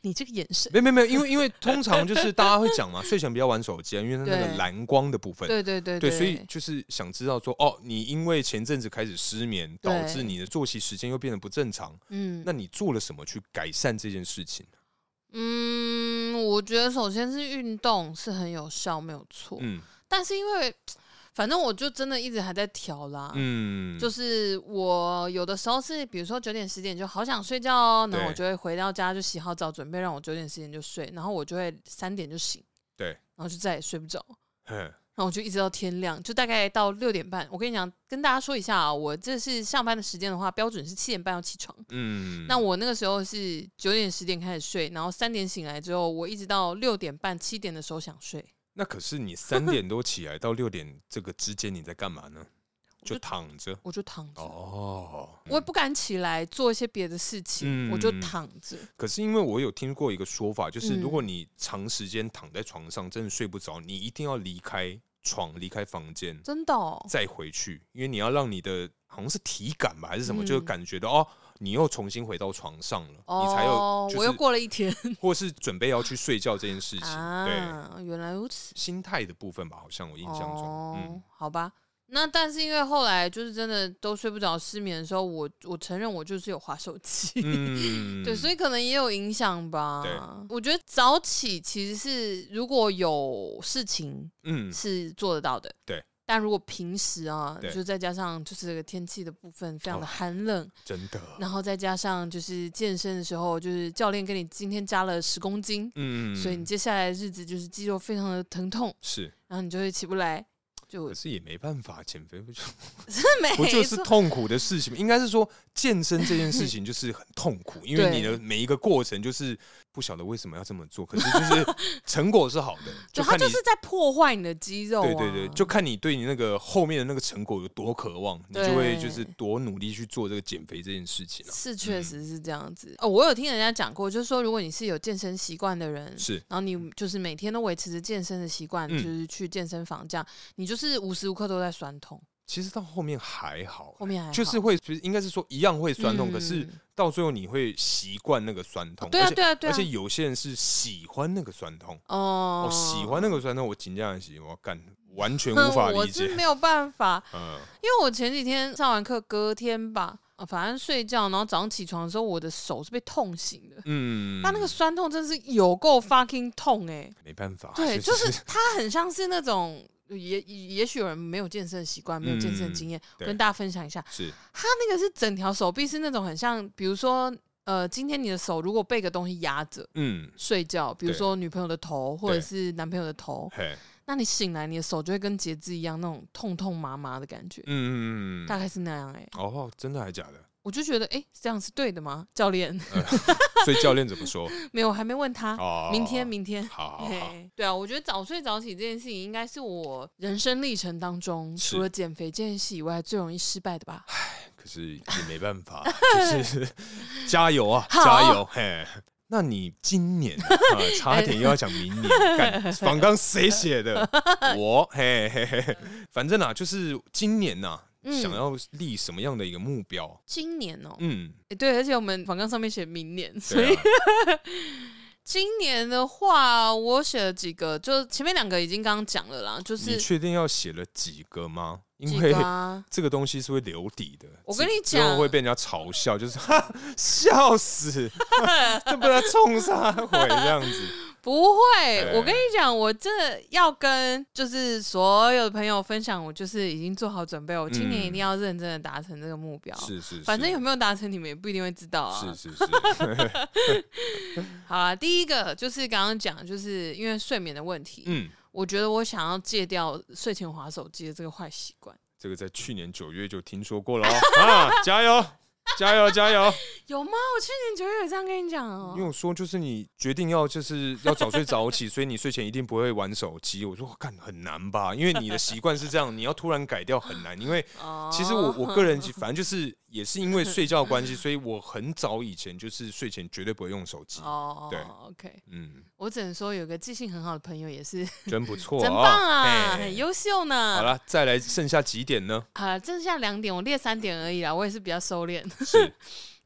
你这个眼神，
没有没有没有，因为因为通常就是大家会讲 嘛，睡前不要玩手机啊，因为它那
对
个蓝光的部分。
对对对
对，所以就是想知道说，哦，你因为前阵子开始失眠，导
对
致你的作息时间又变得不正常，
嗯
那你做了什么去改善这件事情？
嗯，我觉得首先是运动是很有效，没有错。
嗯
但是因为反正我就真的一直还在调啦，
嗯，
啊就是是我有的时候是比如说九点十点就好想睡觉哦，然后我
对
就会回到家就洗好澡，准备让我九点十点就睡，然后我就会三点就醒，
对
然后就再也睡不着。然后我就一直到天亮，就大概到六点半。我跟你讲，跟大家说一下啊，我这是上班的时间的话，标准是七点半要起床。
嗯，
那我那个时候是九点十点开始睡，然后三点醒来之后，我一直到六点半七点的时候想睡，
那可是你三点多起来到六点这个之间你在干嘛呢？
就
就躺着
我就躺着，
哦。
我也不敢起来做一些别的事情，
嗯
我就躺着。
可是因为我有听过一个说法，就是
嗯
如果你长时间躺在床上真的睡不着，你一定要离开床、离开房间
真的、哦，
再回去，因为你要让你的好像是体感吧还是什么，
嗯
就感觉到哦，你又重新回到床上了，你才有
哦，
就
我又
是
过了一天
或是准备要去睡觉这件事情，对
啊，原来如此。
心态的部分吧，好像我印象中，
哦，
嗯
好吧。那但是因为后来就是真的都睡不着、失眠的时候，我我承认我就是有划手机，
嗯，
对，所以可能也有影响吧。
对
我觉得早起其实是如果有事情
嗯
是做得到的，
对。
但如果平时啊，
对
就再加上就是这个天气的部分非常的
哦
寒冷，
真的，
然后再加上就是健身的时候，就是教练跟你今天加了十公斤，
嗯
所以你接下来的日子就是肌肉非常的疼痛，
是
然后你就会起不来。就
可 是也没办法，减肥不就
没
不就是
错
痛苦的事情吗？应该是说健身这件事情就是很痛 苦，因为你的每一个过程就是不晓得为什么要这么做，可是就是成果是 好的，
对，它
看你
就是在破坏你的肌肉、啊。
对对对，就看你对你那个后面的那个成果有多渴望，你就会就是
对
多努力去做这个减肥这件事情啊。
是确实是这样子。哦，我有听人家讲过，就是说如果你是有健身习惯的人，
是
然后你就是每天都维持着健身的习惯，
嗯
就是去健身房这样，你就是无时无刻都在酸痛。
其实到后面还好，啊
后面还好
就是会，就是应该是说一样会酸痛，
嗯
可是到最后你会习惯那个酸痛。
对啊
而且
对啊对啊
而且有些人是喜欢那个酸痛，
哦
我、喜欢那个酸痛，我紧张的喜，我要干，完全无法
我
理
是
解。
没有办法，
嗯，
因为我前几天上完课，隔天吧，啊反正睡觉，然后早上起床的时候，我的手是被痛醒的。
嗯，
那那个酸痛真的是有够 fucking 痛哎、
没办法，
对，
就
就是它很像是那种。呃也也也许有人没有健身的习惯，没有健身的经验，我
嗯对
跟大家分享一下，
是
它那个是整条手臂是那种很像，比如说，呃，今天你的手如果被一个东西压着
嗯，
睡觉，比如
对
说女朋友的头或者
对
是男朋友的头，
嘿，
那你醒来你的手就会跟截肢一样那种痛痛麻麻的感觉，
嗯嗯嗯
大
嗯，
概是那样哎、
哦，真的还假的？
我就觉得哎、诶这样是对的吗？教练
所以教练怎么 说？
没有，我还没问他，
嗯哦，
明天明天。
好好好，
嘿对啊，我觉得早睡早起这件事情，应该是我人生历程当中
是
除了减肥这件事以外最容易失败的吧。
可是也没办 法，就是加油啊，
好
加油！嘿，那你今年啊，啊差点又要讲明年，
哎
干仿刚谁写 的？我嘿嘿嘿，嘿反正啊，就是今年呐、
嗯
想要立什么样的一个目标？
今年哦、
嗯，
诶对，而且我们访纲上面写明年，所以、
对啊，
今年的话，我写了几个，就前面两个已经刚刚讲了啦，就
你
是
确定要写了几个吗？
几
因为
个、啊。
这个东西是会留底的。
我跟你
之之后
讲
会被人家嘲笑，就是 哈笑死，这不要冲杀回这样子。
不
哎
会，我跟你讲，我这要跟就是所有的朋友分享，我就是已经做好准备，我今年
嗯
一定要认真的达成这个目标。
是是，是
反正有没有达成，你们也不一定会知道啊。
是是是，
好啊，第一个就是刚刚讲，就是因为睡眠的问题，
嗯。
我觉得我想要戒掉睡前划手机的这个坏习惯，
这个在去年九月就听说过了哦，啊，加油，加油，加
哦
油！
有吗？我去年九月有这样跟你讲哦
因为。我说就是你决定要就是要早睡早起，所以你睡前一定不会玩手机。我说干很难吧，因为你的习惯是这样，你要突然改掉很难。因为
哦
其实我我个人反正就是也是因为睡觉的关系，所以我很早以前就是睡前绝对不会用手机。
哦，
对
，OK，
嗯，
我只能说有个记性很好的朋友也是
真不错，
真棒啊，
哦
很啊
嘿
优秀
好
呢。
了，再来剩下几点呢？
啊，剩下两点，我列三点而已啦，我也是比较收敛。
是，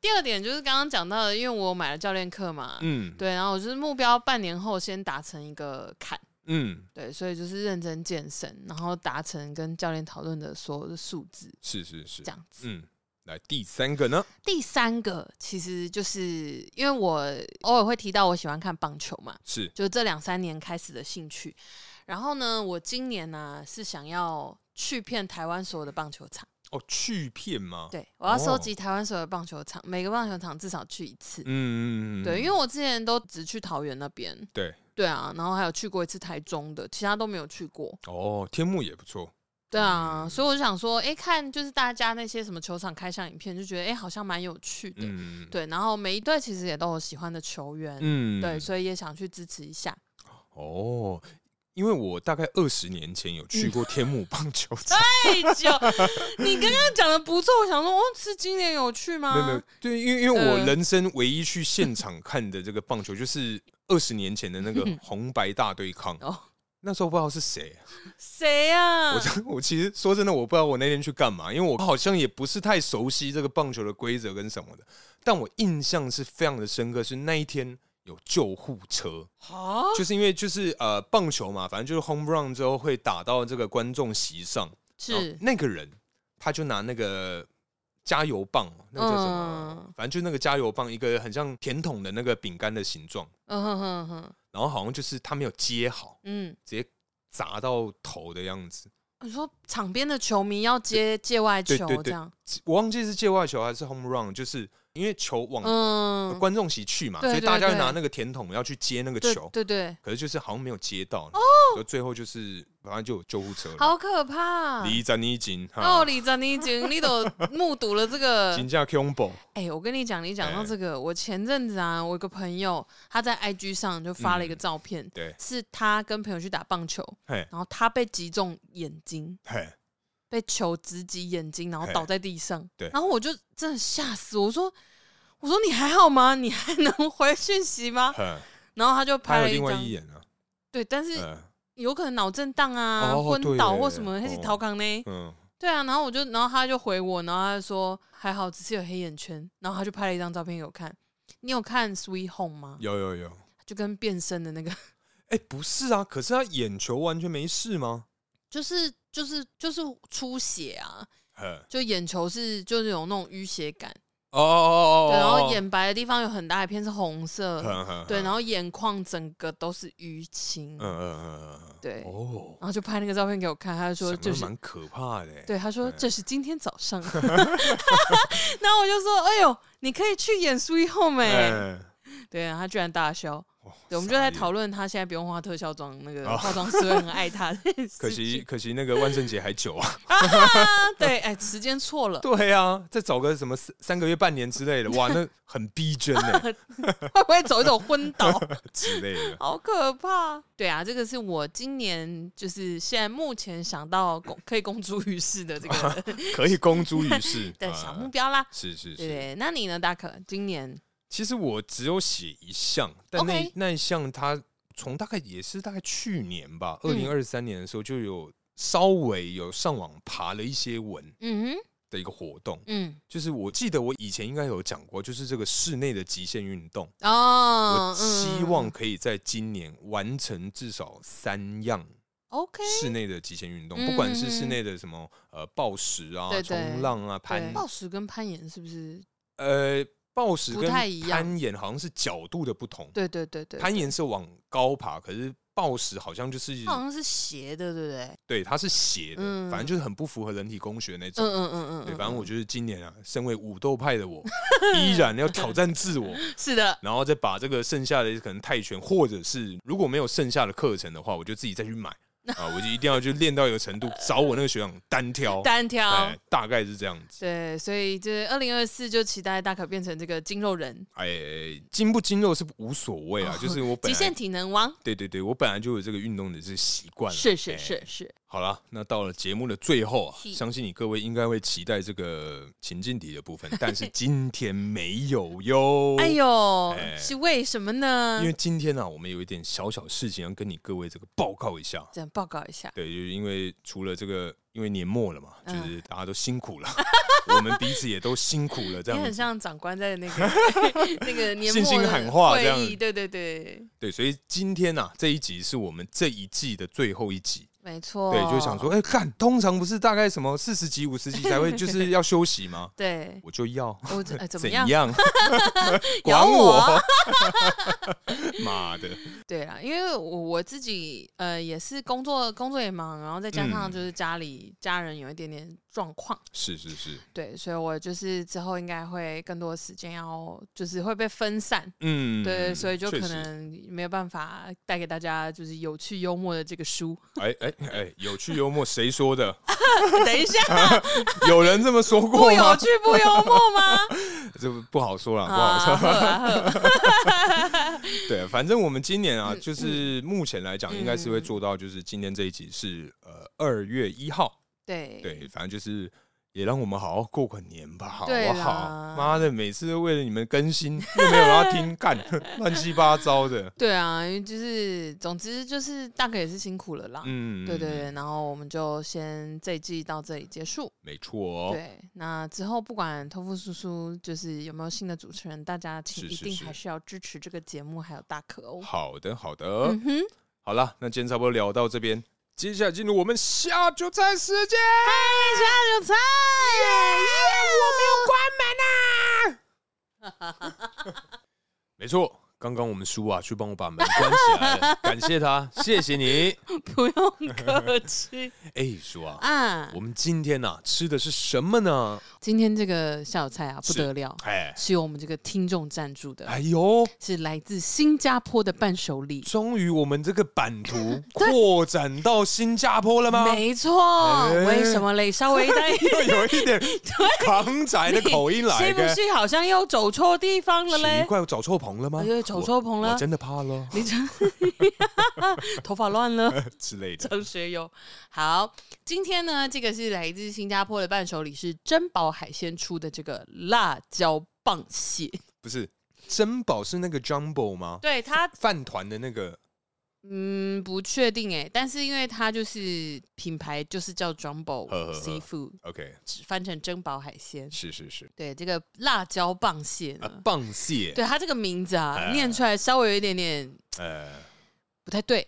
第二点就是刚刚讲到的，因为我有买了教练课嘛，
嗯，
对，然后我就是目标半年后先达成一个坎。
嗯，
对，所以就是认真健身，然后达成跟教练讨论的所有的数字，
是是是
这，样子。
嗯，来第三个呢？
第三个其实就是因为我偶尔会提到我喜欢看棒球嘛，
是，
就这两三年开始的兴趣。然后呢，我今年呢、是想要去遍台湾所有的棒球场，
哦，去片吗？，
对我要收
哦
集台湾所有的棒球场，每个棒球场至少去一次。
嗯，嗯嗯
对，因为
为
我之前都只去桃园那边，
对，
对啊，然后还有去过一次台中的，其他都没有去过。
哦，天幕也不错，
对啊，
嗯
所以我就想说，哎、看就是大家那些什么球场开箱影片，就觉得哎、诶好像蛮有趣的。
嗯，，
对，然后每一队其实也都有喜欢的球员，
嗯
对，，所以也想去支持一下。
哦。因为我大概二十年前有
嗯
去过天幕棒 球场，
太久，你刚刚讲的不错，我想说，哦，是今年有去吗？
没有没有，对，因为因为
啊呃
我人生唯一去现场看的这个棒球，就是二十年前的那 个红白大对抗。
哦
那时候不知道是谁，
谁啊呀、
我真我其实说真的，我不知道我那天去干嘛，因为我好像也不是太熟悉这个棒球的规则跟什么的，但我印象是非常的深刻，是那一天有救护车，
啊？
就是因为就是呃棒球嘛，反正就是 home run 之后会打到这个观众席上，然后
是
那个人他就拿那个加油棒，那个叫什么？
嗯
反正就那个加油棒，一个很像甜筒的那个饼干的形状，
嗯哼哼哼，
然后好像就是他没有接好，
嗯，
直接砸到头的样子。
你说场边的球迷要接界外
对
球
对
这
对
样，
我忘记是界外球还是 home run，就是因为球往、
嗯，
观众席去嘛，
对
所以大
对
家
对
拿那个甜筒要去接那个
对
球，
对对，
可是就是好像没有接到，哦，最后就是反正就有救护车了，
好可怕。
离咱你近
哦，
哈，
李长，你已经你都目睹了这个，
金价 combo，
哎、我跟你讲，你讲到
哎
这个，我前阵子啊，我有个朋友他在 IG 上就发了一个
嗯
照片，
对，
是他跟朋友去打棒球，
嘿，
然后他被击中眼睛，
嘿，
被球直击眼睛，然后
嘿
倒在地上。
对
然后我就真的吓死我，我说我说你还好吗？ 你还能回讯息吗？
嘿，
然后他就
他
拍
有
了一
另外
张
一，眼啊，
对，但是
嗯
有可能脑震荡啊、
哦
昏
对
倒
耶
或什么，还是
哦
逃 康呢？
嗯，
对啊，然后我就，然后他就回我，然后他就说还好，只是有黑眼圈。然后他就拍了一张照片给我看。你有看《Sweet Home》吗？
有有有，
就跟变身的那个，
哎、不是啊，可是他眼球完全没事吗？
就是就是就是出血啊，
嘿，哦
就眼球是就是有那种淤血感，
哦哦哦，
对，然后
眼，
眼白的地方有很大一片是红色，
哼哼
对，然
后，
后眼眶整个都是淤青，
嗯嗯嗯嗯，
对
哦，
然后就拍那个照片给我看，他就说
想
就
得
是
蛮可怕的，
对，他说
嗯
这是今天早上， 然后我就说，哎呦，你可以去演 Sweet Home 哎、
哎，
对啊，他居然大笑。
哇
对，我们就在
傻眼
讨论他现在不用化特效妆，那个
哦
化妆师会很爱他这件事情。
可惜可惜那个万圣节还久 啊。
啊，对，哎，时间错了，
对啊，再找个什么三三个月、半年之类的，哇，那很逼真 呢
会不会走一走昏倒？
之类的。
好可怕！对啊，这个是我今年就是现在目前想到公可以公诸于世的这个
可以公诸于 世
的
啊
小目标啦。
是是是。
对对，那你呢，大可？今年
其实我只有写一项，但那
OK
那一项它从大概也是大概去年吧，二
嗯
零二三年的时候就有稍微有上网爬了一些文
嗯哼
的一个活动，
嗯
就是我记得我以前应该有讲过，就是这个室内的极限运动，
哦
我，
嗯
希望可以在今年完成至少三样
OK
室内的极限运动，
嗯
不管是室
嗯嗯
内的什么呃暴食啊、
对对
冲浪啊、
对
攀
暴食跟攀岩是不是？
呃暴食
不
跟
太一样
攀岩好像是角度的不同，
对对对对，
攀岩是往高爬，可是暴食好像就是
它好像是斜的，对不对？
对它是斜的，
嗯
反正就是很不符合人体工学那
嗯
种。
嗯嗯嗯嗯，
对，反正我
觉
觉得今年啊，身为武斗派的 我，依然要挑战自我，
得是的，
然后再把这个剩下的可能泰拳，或者是如果没有剩下的课程的话，我就自己再去 买啊，我就一定要去练到一个程度，找我那个学长单挑，
单挑
哎。，大概是这样子。
对，所以这二零二四就期待大可变成这个筋肉人，
哎，精不精肉是无所谓啊，就是我本
哦极限
来
体能王。
对对对，我本来就有这个运动的这个习惯了。
是是
哎
是是，
好了，那到了节目的最后啊，
是
相信你各位应该会期待这个情境题的部 分，但是今天没有哟。
哎呦，
哎
是为什么呢
因？为今天呢、啊我们有一点小小事情要跟你各位这个报告一下。
这样报告一下，
对，就是因为除了这个，因为年末了嘛，就
嗯
是大家都辛苦了， 我们彼此也都辛苦了，这
你
样
很
子。
像长官在那个 那个年
信
末
心
的
喊话这样
会
子
议，对对对，
对，所以今天呢、这一集是我们这一季的最后一集。
没错，？
对，就想说，哎、看，通常不是大概什么四十集、五十集才会就是要休息吗
对，
我就要。
我这哎 怎么
怎
样？
样？
咬
管
我
我！ 妈的，
对啦，因为我我自己呃也是工作工作也忙，然后再加上
嗯
就是家里家人有一点点状况。
是是是，
对，所以我就是之后应该会更多时间要，就是会被分散，
嗯，
对，所以就
确
可
实
能没有办法带给大家就是有趣幽默的这 个书。
哎哎哎，有趣幽默谁说的？
等一下，
有人这么说
不
过
有
吗？
趣不幽默 吗？
这不不好说了，不好
啊，
说。
呵啊呵
对，反正我们今年啊，就是目前来讲，
嗯
应该是会做到，就是今天这一集是呃二月一号，
对
对，反正就是。也让我们好好过个年吧，好
对
不
啦
好？妈的，每次都为了你们更新，又没有人要 听，干乱七八糟的。
对啊，因为就是总之就是大概也是辛苦了啦。
嗯，
对对对，然后我们就先这一季到这里结束。
没错、哦。
对，那之后不管托付叔叔就是有没有新的主持人，大家请
是
一
是
定
是
还是要支持这个节目，还有大可哦。
好的，好的。
嗯哼。
好了，那今天差不多聊到这边，接下来进入我们下酒菜时间。
下酒菜，耶！
没错，刚刚我们叔啊去帮我把门关起来 了，感谢他，谢谢你。
不用 客气
哎，叔啊，
啊
我！们今天呐、啊、吃的是什么呢？
今天这个下酒菜啊，不
是
得了，
哎，
是由我们这个听众赞助的，
哎呦，
是来自新加坡的伴手礼。
终于我们这个版 图扩展到新加坡了吗？
没错，
哎
为什么嘞？稍微 带
又 有一点港仔的口音来
是不
的，
是好像又走错地方了
奇
嘞？
怪，我找错棚了吗
哎？呦，走错棚
我
了，
真的怕了
你这 头发乱 了。
之类的。
张学友。好，今天呢，这个是来自新加坡的伴手礼，是珍宝海鲜出的这个辣椒棒蟹。
不是珍宝是那个 Jumbo 吗？
对它，
饭团的那个
嗯，不确定哎，但是因为它就是品牌就是叫 Jumbo
呵呵呵
Seafood，
，OK，
翻成珍宝海鲜。
是是是，
对，这个辣椒棒蟹
啊
呢，，
棒蟹，
嗯对它这个名字啊，
哎
念出来稍微有一点点
呃
不太对，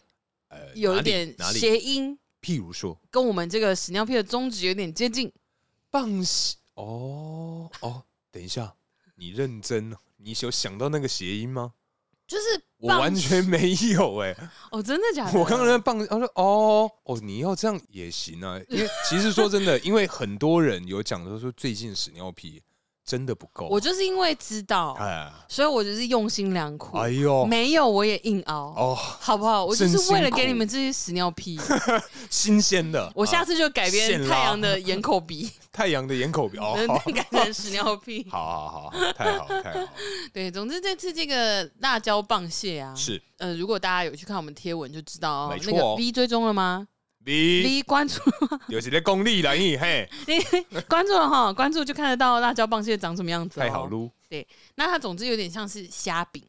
呃，
有
哪
一
里
点
哪里？
谐音，
譬如说
跟我们这个屎尿屁的宗旨有点接近。
棒蟹，哦哦，等一下，你认真，你有想到那个谐音吗？
就是
我
棒
完全没有 哎、
哦，真的假的？
我刚刚在棒，我说哦哦，你要这样也行啊， 因为其实说真的，因为很多人有讲说说最近屎尿屁真的不够，
我就是因为知道，
哎
所以我就是用心良苦。
哎呦
没有我也硬熬，
哦，
好不好？我就
真
是为了
辛苦
给你们这些屎尿 屁，
新鲜的，
我下
啊
次就改编
现拉
太阳的眼口鼻，
太阳的眼口鼻 哦，好
改成屎尿屁。
好好好，太好太好，
对，总之这次这个辣椒棒蟹啊，
是
呃，如果大家有去看我们贴文就知道哦
没。错
那个 V 追踪了吗
你
？V 关注
有些在功力了你嘿，
关注了哈，关注就看得到辣椒棒蟹长什么样子、哦。
太好。撸，
那它总之有点像是虾饼，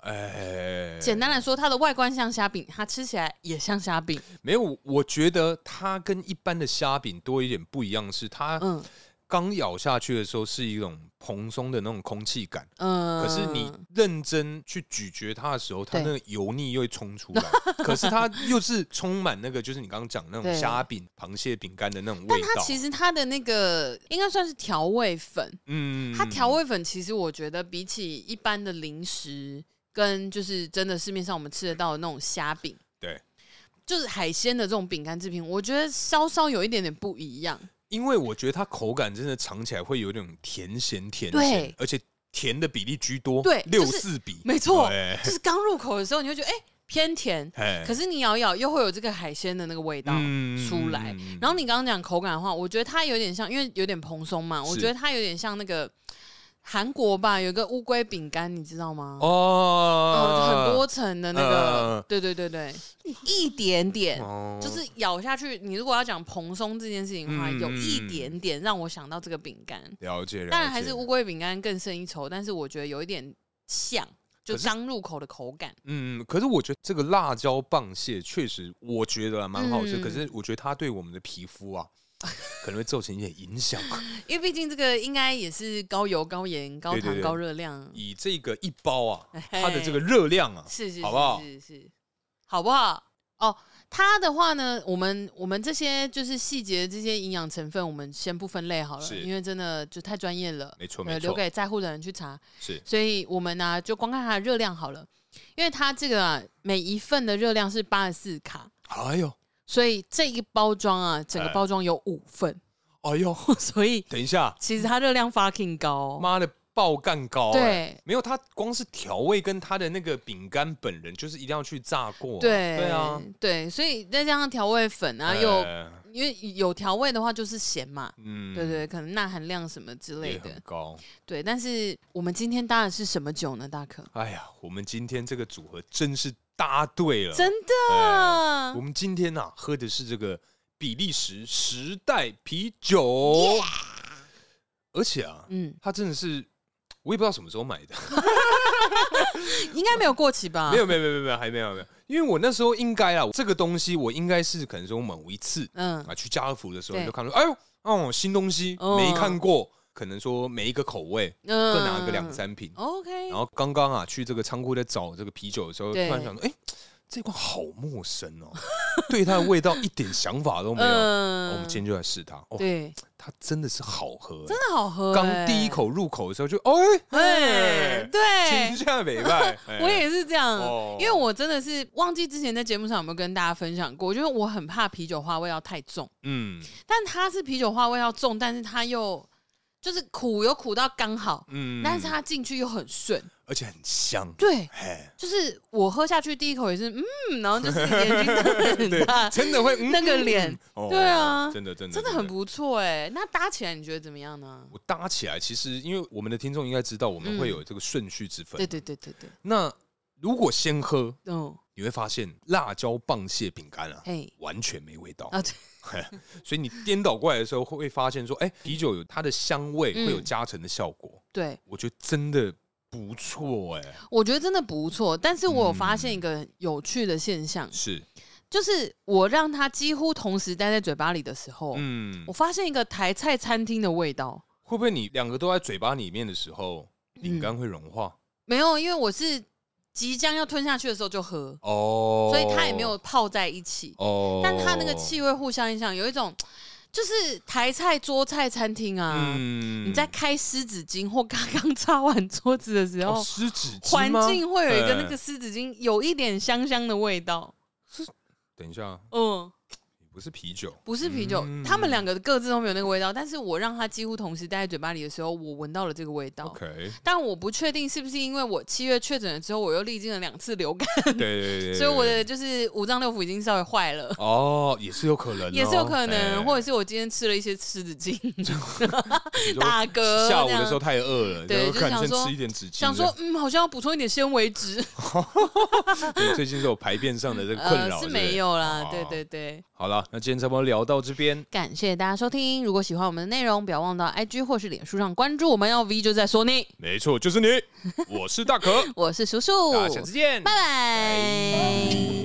哎，
简单来说，它的外观像虾饼，它吃起来也像虾饼。
没有，我觉得它跟一般的虾饼多一点不一样，是它
嗯
刚咬下去的时候是一种蓬松的那种空气感。
嗯。
可是你认真去咀嚼它的时候，它
对
那个油腻又会冲出来， 可是它又是充满那个，就是你刚刚讲那种
对
虾饼、螃蟹饼干的那种
但
味
它
道。
其实它的那个应该算是调味粉，
嗯
它调味粉其实我觉得比起一般的零食，跟就是真的市面上我们吃得到的那种虾饼，
对，
就是海鲜的这种饼干制品，我觉得稍稍有一点点不一样。
因为我觉得它口感真的尝起来会有点甜咸甜
对
咸，而且甜的比例居多，
对
六
就是
四比，
没错
哎
就是刚入口的时候，你会觉得哎、偏甜，
哎
可是你咬一咬又会有这个海鲜的那个味道。
嗯
出来
嗯
然后你刚刚讲口感的话，我觉得它有点像，因为有点蓬松嘛，我
是
觉得它有点像那个韩国吧，有一个乌龟饼干，你知道吗？呃，
哦，
很多层的那个，
呃
对对对对，一点点，
哦
就是咬下去。你如果要讲蓬松这件事情的话，
嗯
有
嗯
一
嗯
点点让我想到这个饼干。
了解，了解
当然还是乌龟饼干更胜一筹，但是我觉得有一点像，就
可是
刚入口的口感。
嗯，可是我觉得这个辣椒棒蟹确实，我觉得啊蛮好吃。
嗯
可是我觉得它对我们的皮肤啊，可能会造成一点影响。
因为毕竟这个应该也是高油、高盐、高
对对
糖、
对
高热量，
以这个一包啊，
嘿
它的这个热量啊，
是是
好不好
是是是，好不好？哦，它的话呢，我们我们这些就是细节这些营养成分，我们先不分类好了，
是
因为真的就太专业了。
没错
呃，
没
留
错，
给在乎的人去查。
是
所以我们呢、就光看它的热量好了，因为它这个、啊、每一份的热量是八十四卡，
哎呦
所以这一包装啊，整个
哎
包装有五份，
哎呦，
所以
等一下，
其实它热量 fucking 高哦、
妈的爆干高、哎
对
没有，它光是调味跟它的那个饼干本人，就是一定要去炸过啊、
对
对啊，
对，所以再加上调味粉啊，
哎
又因为有调味的话就是咸嘛，
嗯
对，对，可能钠含量什么之类
也
的
很，高。
对。但是我们今天搭的是什么酒呢，大可？
哎呀，我们今天这个组合真是搭对了，
真的
呃我，们今天呐、喝的是这个比利时时代啤酒而且啊，
嗯，
它真的是我也不知道什么时候买的，
应该没有过期吧？
没有没有没有没有还没有没有，因为我那时候应该啊，这个东西我应该是可能说某一次
嗯，
啊去家乐福的时候，
对
你就看到哎呦哦新东西
哦
没看过，可能说每一个口味
嗯，
各拿个两三瓶，
OK，
然后刚刚啊去这个仓库在找这个啤酒的时候，突
对
然想说哎。这罐好陌生哦， 对它的味道一点想法都没有。哦
嗯
我们今天就来试它，哦，
对，
它真的是好喝、欸
真的好喝、
刚第一，口入口的时候就，哎、
哎、
哎，
对
停，下美败，哎
我也是这样，
哦
因为我真的是忘记之前在节目上有没有跟大家分享过，就是我很怕啤酒花味道太重，
嗯
但它是啤酒花味道重，但是它又就是苦有苦到刚好，
嗯，
但是它进去又很顺，
而且很香，哎
对。
嘿，
就是我喝下去第一口也是嗯，然后就是眼睛瞪 得
对
很大，
真的会、嗯、
那个脸，
哦
对啊
真的真的
真的很
不。
不错哎、那搭起来你觉得怎么样呢？
我搭起来，其实因为我们的听众应该知道，我们会
嗯
有这个顺序之分。
对对对对对，
那如果先喝，
嗯，
你会发现辣椒棒蟹饼干啊，
嘿
完全没味道。
啊对，
所以你颠倒过来的时候，会发现说，哎、啤酒有它的香味，
嗯
会有加成的效果。
对，
我觉得真的不错，哎，
我觉得真的不错。但是我有发现一个有趣的现象，
是，
就是我让它几乎同时待在嘴巴里的时候，
嗯
我，发现一个台菜餐厅的味道。
会不会你两个都在嘴巴里面的时候，
嗯
饼干会融化？
没有，因为我是即将要吞下去的时候就喝，
哦，
所以它也没有泡在一起，
哦，
但它那个气味互相影响，有一种就是台菜桌菜餐厅啊。
嗯
你在开湿纸巾或刚刚 擦完桌子的时候，
哦湿纸
环
巾吗
境会有一个
哎
那个湿纸巾有一点香香的味道。
等一下，
嗯，
不是啤酒，
不是啤酒，
嗯
他们两个各自都没有那个味道，但是我让它几乎同时待在嘴巴里的时候，我闻到了这个味道。
OK，
但我不确定是不是因为我七月确诊了之后，我又历经了两次流感，
对对对对，
所以我
对
的就是五脏六腑已经稍微坏了。
哦也是有可能哦，
也是有可能，
哎
或者是我今天吃了一些湿 纸巾，
比如说
打嗝。
下午的
这
时
样
候太饿了，
对
然后
就
看
想
先
说
吃一点纸巾，
想说，嗯，好像要补充一点纤维质，
这样你最近是有排便上的这个困
呃，
扰，
是
对不对
没。有啦
哦，
对对对。
好了，那今天差不多聊到这边，
感谢大家收听，如果喜欢我们的内容，不要忘到 IG 或是脸书上关注我们哦。V 就在说你，
没
哦
错，就是你，我是大可，
我是叔叔，
大家下次见，
拜拜。